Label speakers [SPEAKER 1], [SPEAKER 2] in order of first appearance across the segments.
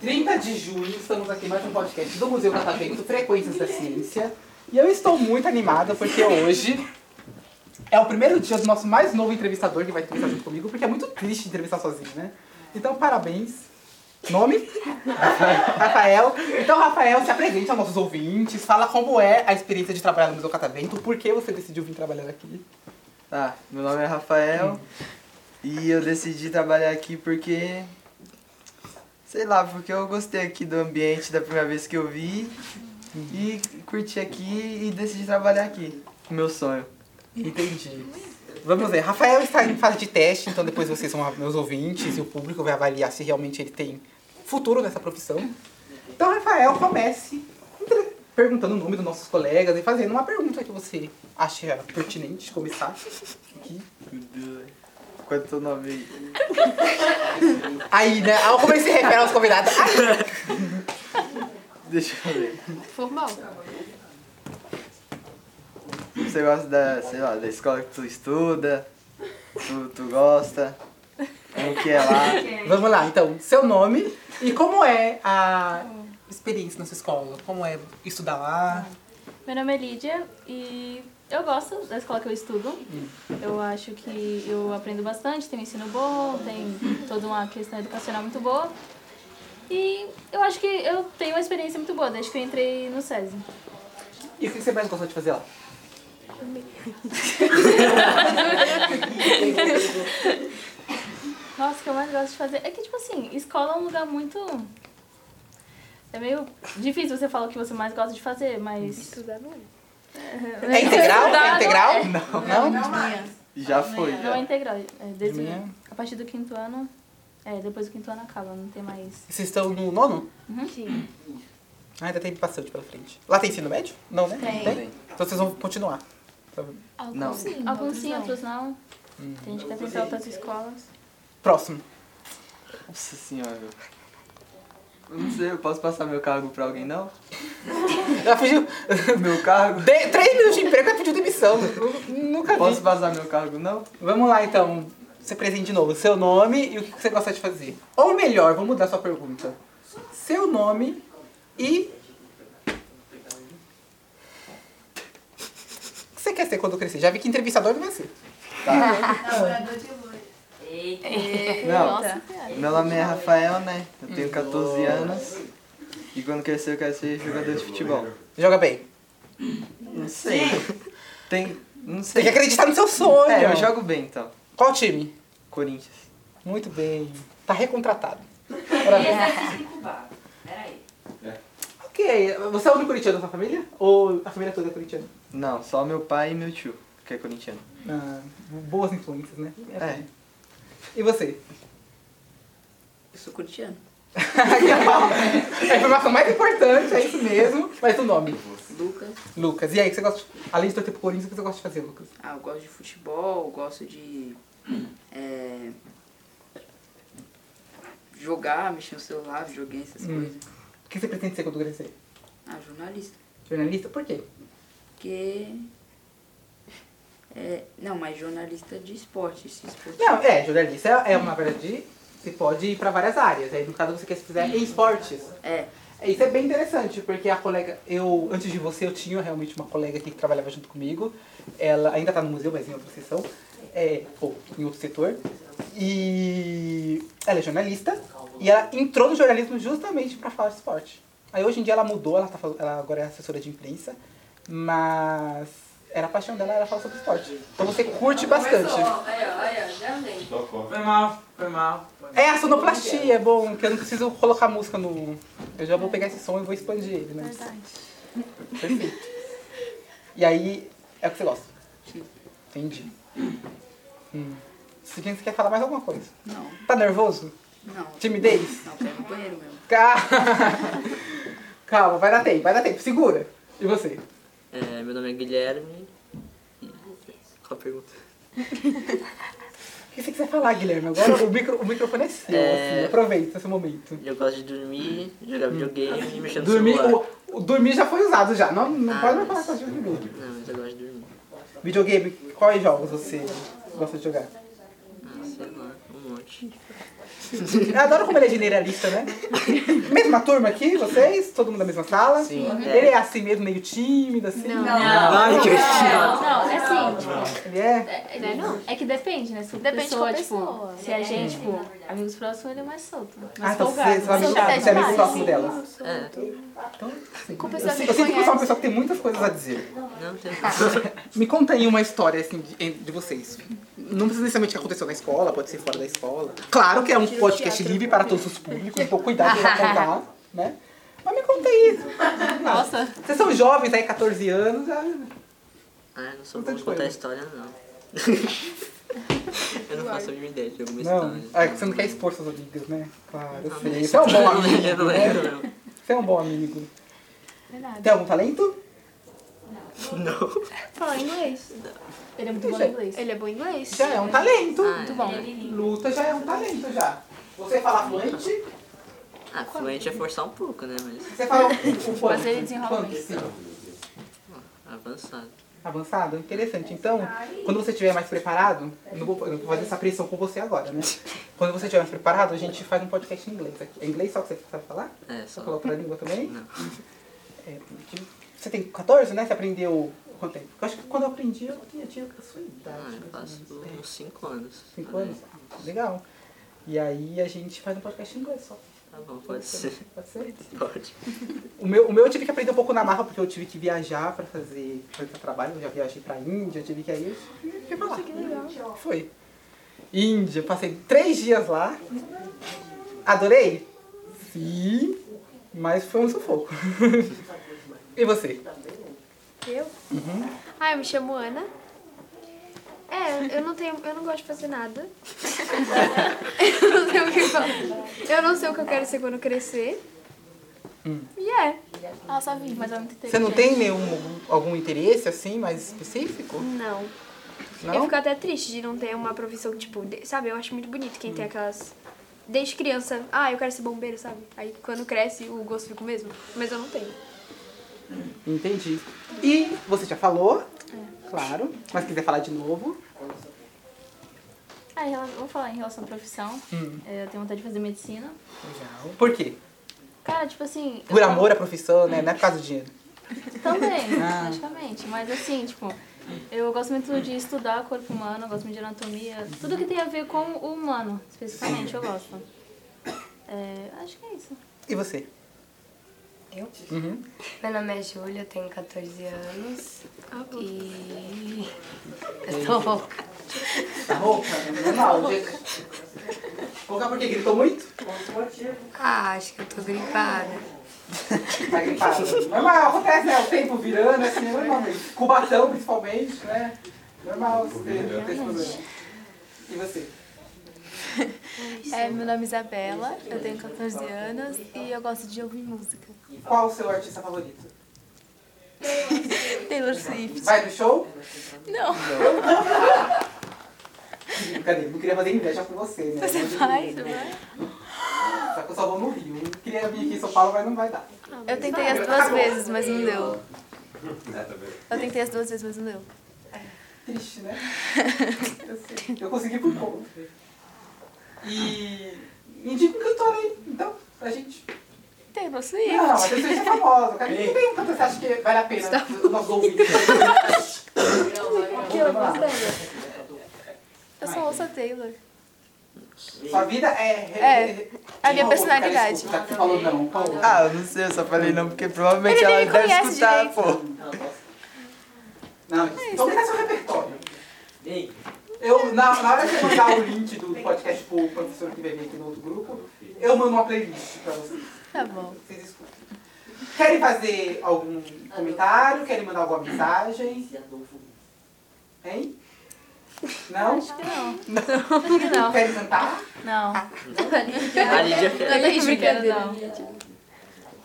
[SPEAKER 1] 30 de julho, estamos aqui em mais um podcast do Museu Catavento Frequências da Ciência. E eu estou muito animada porque hoje é o primeiro dia do nosso mais novo entrevistador que vai entrevistar junto comigo, porque é muito triste entrevistar sozinho, né? Então, parabéns. Nome? Rafael. Então, Rafael, se apresente aos nossos ouvintes, fala como é a experiência de trabalhar no Museu Catavento, por que você decidiu vir trabalhar aqui.
[SPEAKER 2] Tá, meu nome é Rafael e eu decidi trabalhar aqui porque. Sei lá, porque eu gostei aqui do ambiente da primeira vez que eu vi e curti aqui e decidi trabalhar aqui. Meu sonho.
[SPEAKER 1] Entendi. Vamos ver. Rafael está em fase de teste, então depois vocês são meus ouvintes e o público vai avaliar se realmente ele tem futuro nessa profissão. Então, Rafael, comece entre- perguntando o nome dos nossos colegas e fazendo uma pergunta que você acha pertinente começar. Aqui.
[SPEAKER 2] Meu Deus. Quanto teu nome aí?
[SPEAKER 1] Aí, né? Ao como ele se refere aos convidados. Aí,
[SPEAKER 2] Deixa eu ver.
[SPEAKER 3] Formal.
[SPEAKER 2] Você gosta da, sei lá, da escola que tu estuda? Tu, tu gosta? Como que é lá?
[SPEAKER 1] vamos lá, então. Seu nome e como é a experiência nessa escola? Como é estudar lá?
[SPEAKER 3] Meu nome é Lídia e eu gosto da escola que eu estudo. Eu acho que eu aprendo bastante, tem um ensino bom, tem toda uma questão educacional muito boa. E eu acho que eu tenho uma experiência muito boa desde que eu entrei no SESI.
[SPEAKER 1] E o que você mais gosta de fazer lá?
[SPEAKER 3] Nossa, o que eu mais gosto de fazer é que, tipo assim, escola é um lugar muito. É meio difícil você falar o que você mais gosta de fazer, mas. Estudar não é.
[SPEAKER 1] É integral? É integral? Não?
[SPEAKER 2] Já foi.
[SPEAKER 3] Não é
[SPEAKER 2] Já.
[SPEAKER 3] integral. É desde,
[SPEAKER 1] De manhã?
[SPEAKER 3] a partir do quinto ano. É, depois do quinto ano acaba, não tem mais.
[SPEAKER 1] Vocês estão no nono?
[SPEAKER 2] Uhum.
[SPEAKER 4] Sim.
[SPEAKER 1] Ah, ainda tem bastante pela frente. Lá tem ensino médio? Não, né?
[SPEAKER 3] Tem.
[SPEAKER 1] Então vocês vão continuar. Então,
[SPEAKER 4] Alguns
[SPEAKER 2] Não.
[SPEAKER 4] sim,
[SPEAKER 3] Alguns sim, outros não. Tem gente que vai tentar outras escolas.
[SPEAKER 1] Próximo.
[SPEAKER 2] Nossa senhora. Eu Não sei, eu posso passar meu cargo pra alguém não?
[SPEAKER 1] Ela pediu
[SPEAKER 2] Meu cargo?
[SPEAKER 1] de- três minutos de emprego e pediu demissão. Nunca vi.
[SPEAKER 2] Posso passar meu cargo não?
[SPEAKER 1] Vamos lá, então. Você presente de novo. Seu nome e o que você gosta de fazer. Ou melhor, vou mudar sua pergunta. Seu nome e... O que você quer ser quando crescer? Já vi que entrevistador não vai ser.
[SPEAKER 2] Não.
[SPEAKER 3] Nossa,
[SPEAKER 2] Meu nome é Rafael, né? Eu tenho 14 anos. E quando crescer eu quero ser jogador de futebol.
[SPEAKER 1] Joga bem.
[SPEAKER 2] Não sei. Tem. Não
[SPEAKER 1] Tem que
[SPEAKER 2] sei.
[SPEAKER 1] acreditar no seu sonho.
[SPEAKER 2] É, eu jogo bem então.
[SPEAKER 1] Qual time?
[SPEAKER 2] Corinthians.
[SPEAKER 1] Muito bem. Tá recontratado. Ok. Você é o único corintiano da sua família? Ou a família toda é corintiana?
[SPEAKER 2] Não, só meu pai e meu tio, que é corintiano.
[SPEAKER 1] Ah, boas influências, né?
[SPEAKER 2] É.
[SPEAKER 1] E você?
[SPEAKER 4] Eu sou corintiana.
[SPEAKER 1] É A informação mais importante, é isso mesmo. Mas o nome?
[SPEAKER 4] Lucas.
[SPEAKER 1] Lucas. E aí, o que você gosta de- além de torcer pro Corinthians, o que você gosta de fazer, Lucas?
[SPEAKER 4] Ah, eu gosto de futebol, eu gosto de. é, jogar, mexer no celular, videogame, essas
[SPEAKER 1] Hum.
[SPEAKER 4] coisas.
[SPEAKER 1] O que você pretende ser quando crescer?
[SPEAKER 4] Ah, jornalista.
[SPEAKER 1] Jornalista? Por quê?
[SPEAKER 4] Porque. É, não, mas jornalista de esporte, se esporte.
[SPEAKER 1] Não, é, jornalista é é uma verdade. Você pode ir pra várias áreas. Aí, no caso, você quer se fizer em esportes.
[SPEAKER 4] É,
[SPEAKER 1] Isso é bem interessante, porque a colega, eu, antes de você, eu tinha realmente uma colega aqui que trabalhava junto comigo. Ela ainda tá no museu, mas em outra seção, é, ou em outro setor. E ela é jornalista, e ela entrou no jornalismo justamente para falar de esporte. Aí hoje em dia ela mudou, ela, tá, fal- ela agora é assessora de imprensa, mas era a paixão dela, ela fala sobre esporte. Então você curte bastante.
[SPEAKER 5] Foi mal, foi mal. Foi mal.
[SPEAKER 1] É, a sonoplastia é bom, que eu não preciso colocar música no. Eu já vou pegar esse som e vou expandir ele, né? Perfeito. E aí, é o que você gosta? Entendi. Hum. Se bem que você quer falar mais alguma coisa.
[SPEAKER 4] não,
[SPEAKER 1] Tá nervoso?
[SPEAKER 4] não.
[SPEAKER 1] Timidez?
[SPEAKER 4] Não, quero ir no banheiro mesmo.
[SPEAKER 1] Calma. Calma, vai dar tempo, vai dar tempo. Segura. E você?
[SPEAKER 6] É, meu nome é Guilherme. Qual a pergunta?
[SPEAKER 1] O que você quiser falar, Guilherme? Agora o, micro- o microfone é seu,
[SPEAKER 6] É.
[SPEAKER 1] assim. Aproveita esse momento.
[SPEAKER 6] Eu Ah, gosto de dormir, jogar videogame e mexer no
[SPEAKER 1] Dormir.
[SPEAKER 6] celular.
[SPEAKER 1] O, o dormir já foi usado já. Não, não pode mais falar com a gente de dormir.
[SPEAKER 6] Não, mas eu gosto de dormir.
[SPEAKER 1] Videogame, quais jogos você gosta de jogar?
[SPEAKER 6] Ah, sei lá, um monte.
[SPEAKER 1] Eu adoro como ele é generalista, né? mesma turma aqui, vocês? Todo mundo da mesma sala?
[SPEAKER 6] Sim.
[SPEAKER 1] Ele é assim mesmo, meio tímido, assim?
[SPEAKER 3] Não.
[SPEAKER 6] Ai, que
[SPEAKER 3] Não, não, é assim, tipo,
[SPEAKER 1] Ele é?
[SPEAKER 3] né, não. É que depende, né? Se
[SPEAKER 7] Depende
[SPEAKER 3] pessoa,
[SPEAKER 7] da
[SPEAKER 3] tipo,
[SPEAKER 7] pessoa,
[SPEAKER 3] se a gente, tipo, amigos próximos, ele é mais solto.
[SPEAKER 1] Ah,
[SPEAKER 3] Mais
[SPEAKER 1] então
[SPEAKER 3] folgado.
[SPEAKER 1] você, você, vai me
[SPEAKER 3] Sim,
[SPEAKER 1] ajudar, você é amigo
[SPEAKER 3] demais.
[SPEAKER 1] próximo delas.
[SPEAKER 6] É,
[SPEAKER 7] Com
[SPEAKER 1] Eu,
[SPEAKER 7] pessoas
[SPEAKER 1] sei-
[SPEAKER 7] que
[SPEAKER 1] eu sinto que você é uma
[SPEAKER 7] conhece.
[SPEAKER 1] pessoa que tem muitas coisas a dizer.
[SPEAKER 6] não tem.
[SPEAKER 1] Me conta aí uma história, assim, de, de vocês. Não precisa necessariamente que aconteceu na escola, pode ser fora da escola. Claro que é um podcast livre para todos os públicos, então cuidado pra contar, né? Mas me conta aí.
[SPEAKER 3] Nossa,
[SPEAKER 1] Vocês são jovens aí, 14 anos, já...
[SPEAKER 6] Ah, eu não sou
[SPEAKER 1] Não tem
[SPEAKER 6] bom de contar
[SPEAKER 1] coisa.
[SPEAKER 6] história, não. eu não faço a mínima ideia de alguma
[SPEAKER 1] Não,
[SPEAKER 6] história.
[SPEAKER 1] é que você não quer expor seus amigos, né? Claro, eu
[SPEAKER 6] Ah,
[SPEAKER 1] sei.
[SPEAKER 6] mas
[SPEAKER 1] Você é um bom
[SPEAKER 6] Eu
[SPEAKER 1] amigo,
[SPEAKER 6] não
[SPEAKER 1] né?
[SPEAKER 6] lembro, não.
[SPEAKER 1] Você é um bom amigo.
[SPEAKER 3] não é nada.
[SPEAKER 1] Tem algum talento?
[SPEAKER 6] Não.
[SPEAKER 7] Fala inglês.
[SPEAKER 3] Ele é muito bom em inglês.
[SPEAKER 7] Ele é bom em inglês.
[SPEAKER 1] Já é um talento.
[SPEAKER 6] Ah,
[SPEAKER 3] bom.
[SPEAKER 1] Luta já é um talento, já. Você fala fluente,
[SPEAKER 6] Ah, fluente é forçar um pouco, né? Mas
[SPEAKER 1] você fala o o
[SPEAKER 3] Mas ele desenrola
[SPEAKER 1] funk,
[SPEAKER 3] bem.
[SPEAKER 1] sim.
[SPEAKER 6] avançado.
[SPEAKER 1] Avançado? Interessante. Então, quando você estiver mais preparado, eu não vou, eu não vou fazer essa pressão com você agora, né? Quando você estiver mais preparado, a gente faz um podcast em inglês aqui. É inglês só que você sabe falar?
[SPEAKER 6] É,
[SPEAKER 1] Só
[SPEAKER 6] só.
[SPEAKER 1] falar outra língua também?
[SPEAKER 6] Não.
[SPEAKER 1] É, porque você tem 14, né? Você aprendeu quanto tempo? Eu acho que quando eu aprendi, eu tinha, tinha a sua idade.
[SPEAKER 6] Ah,
[SPEAKER 1] mais
[SPEAKER 6] eu
[SPEAKER 1] ou
[SPEAKER 6] faço
[SPEAKER 1] menos. É.
[SPEAKER 6] uns 5 anos.
[SPEAKER 1] 5
[SPEAKER 6] Por aí.
[SPEAKER 1] anos? Legal. E aí a gente faz um podcast em inglês só.
[SPEAKER 6] Tá bom, pode ser.
[SPEAKER 1] Pode ser?
[SPEAKER 6] Pode.
[SPEAKER 1] O meu, o meu eu tive que aprender um pouco na marra, porque eu tive que viajar pra fazer, pra fazer trabalho. Eu já viajei pra Índia, eu tive que ir. eu tive que falar. Foi. Índia, passei três dias lá. Adorei? Sim, mas foi um sufoco. e você?
[SPEAKER 7] Eu? Ah, eu me chamo Ana. É, eu não tenho, eu não gosto de fazer nada. eu não tenho o que fazer. Eu não sei o que eu quero ser quando crescer. E é.
[SPEAKER 3] Ela só vive, mas ela é muito
[SPEAKER 1] Você
[SPEAKER 3] inteligente.
[SPEAKER 1] não tem nenhum algum interesse assim mais específico?
[SPEAKER 7] Não. Eu
[SPEAKER 1] Não?
[SPEAKER 7] fico até triste de não ter uma profissão, tipo, de- sabe, eu acho muito bonito quem tem aquelas. Desde criança, ah, eu quero ser bombeiro, sabe? Aí quando cresce o gosto fica o mesmo. Mas eu não tenho.
[SPEAKER 1] Entendi. E você já falou?
[SPEAKER 7] É.
[SPEAKER 1] Claro. Mas quiser falar de novo?
[SPEAKER 3] Ah, em rela- vou falar em relação à profissão.
[SPEAKER 1] Hum.
[SPEAKER 3] É, Eu tenho vontade de fazer medicina.
[SPEAKER 1] Legal. Por quê?
[SPEAKER 3] Cara, tipo assim. eu
[SPEAKER 1] Por
[SPEAKER 3] não-
[SPEAKER 1] amor à profissão, né? Não é por causa do dinheiro.
[SPEAKER 3] Também,
[SPEAKER 1] Ah.
[SPEAKER 3] praticamente. Mas assim, tipo, eu gosto muito de estudar corpo humano, eu gosto muito de anatomia, tudo que tem a ver com o humano, especificamente, eu gosto. É, acho que é isso.
[SPEAKER 1] E você?
[SPEAKER 8] Eu?
[SPEAKER 1] Uhum.
[SPEAKER 8] Meu nome é Júlia, eu tenho 14 anos. E. Eu tô rouca.
[SPEAKER 1] Tá rouca? Normal. Rouca porque gritou muito?
[SPEAKER 8] Ah, acho que eu tô gripada.
[SPEAKER 1] Tá gripada. Normal, acontece, né? O tempo virando, assim, normalmente. Cubatão, principalmente, né? Normal você ter ter esse problema. E você?
[SPEAKER 9] É, meu nome é Isabela, eu tenho 14 anos e eu gosto de ouvir música.
[SPEAKER 1] Qual o seu artista favorito?
[SPEAKER 9] Taylor Swift.
[SPEAKER 1] Vai no show?
[SPEAKER 9] Não,
[SPEAKER 1] Cadê? Não queria fazer inveja com você, né?
[SPEAKER 9] você vai? Você vai?
[SPEAKER 1] Só que eu só vou no Rio. Queria vir aqui em São Paulo, mas não vai dar.
[SPEAKER 9] Eu tentei as duas vezes, mas não deu. Eu tentei as duas vezes, mas não deu.
[SPEAKER 1] Triste, né? Eu, sei. Eu consegui por pouco. E indica um cantor aí, então, pra gente.
[SPEAKER 9] Taylor
[SPEAKER 1] Não,
[SPEAKER 9] Swift.
[SPEAKER 1] mas eu sei que é famosa. Cara, não tem um cantor que você acha que vale a pena os nossos ouvintes.
[SPEAKER 9] Eu gosto Eu só ouço a Taylor.
[SPEAKER 1] Sua vida é.
[SPEAKER 9] É, a minha
[SPEAKER 1] Qual outra?
[SPEAKER 9] personalidade. É.
[SPEAKER 1] Desculpa, Já que você falou não, qual outra?
[SPEAKER 2] Ah, eu não sei, eu só falei não porque provavelmente
[SPEAKER 9] Ele nem
[SPEAKER 2] ela
[SPEAKER 9] me
[SPEAKER 2] deve
[SPEAKER 9] conhece
[SPEAKER 2] escutar,
[SPEAKER 9] direito.
[SPEAKER 2] pô.
[SPEAKER 1] Não,
[SPEAKER 9] É
[SPEAKER 1] então me dá seu repertório. Eu, na, na hora que eu mandar o link do podcast pro professor que vai vir aqui no outro grupo, eu mando uma playlist pra vocês.
[SPEAKER 9] Tá bom.
[SPEAKER 1] Vocês escutam. Querem fazer algum comentário? Querem mandar alguma mensagem? Hein? Não?
[SPEAKER 3] Acho que não. Acho que não.
[SPEAKER 1] Querem cantar?
[SPEAKER 3] Não.
[SPEAKER 6] A Lídia quer.
[SPEAKER 3] Não, tô brincando, não.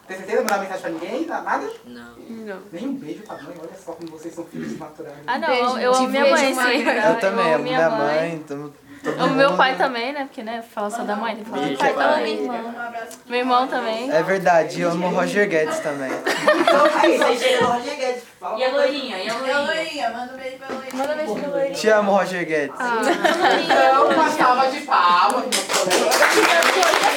[SPEAKER 1] Tem certeza de mandar mensagem pra ninguém? Tá? Nada?
[SPEAKER 6] Não.
[SPEAKER 8] Não.
[SPEAKER 1] Nem um beijo pra mãe, olha só como vocês são filhos naturais.
[SPEAKER 3] Ah, não,
[SPEAKER 8] Beijo,
[SPEAKER 3] eu amo
[SPEAKER 8] te
[SPEAKER 3] minha
[SPEAKER 8] vejo,
[SPEAKER 3] mãe,
[SPEAKER 8] mãe.
[SPEAKER 3] sim.
[SPEAKER 8] Eu
[SPEAKER 2] Eu também,
[SPEAKER 3] amo
[SPEAKER 2] amo minha mãe, tamo todo
[SPEAKER 3] Ah, O meu
[SPEAKER 2] mundo.
[SPEAKER 3] pai também, né? Porque, né, fala só da mãe, ele fala do
[SPEAKER 6] Beijo,
[SPEAKER 3] pai. Eu
[SPEAKER 6] pai.
[SPEAKER 3] amo minha irmã. Meu irmão também.
[SPEAKER 2] É verdade, eu amo o Roger Guedes também.
[SPEAKER 4] E a loirinha, e a loirinha.
[SPEAKER 5] manda um beijo pra Loirinha.
[SPEAKER 9] Manda beijo pra Loirinha.
[SPEAKER 2] Te amo, Roger Guedes.
[SPEAKER 1] Então, uma salva de palmas. meus colegas.
[SPEAKER 3] Minha coisa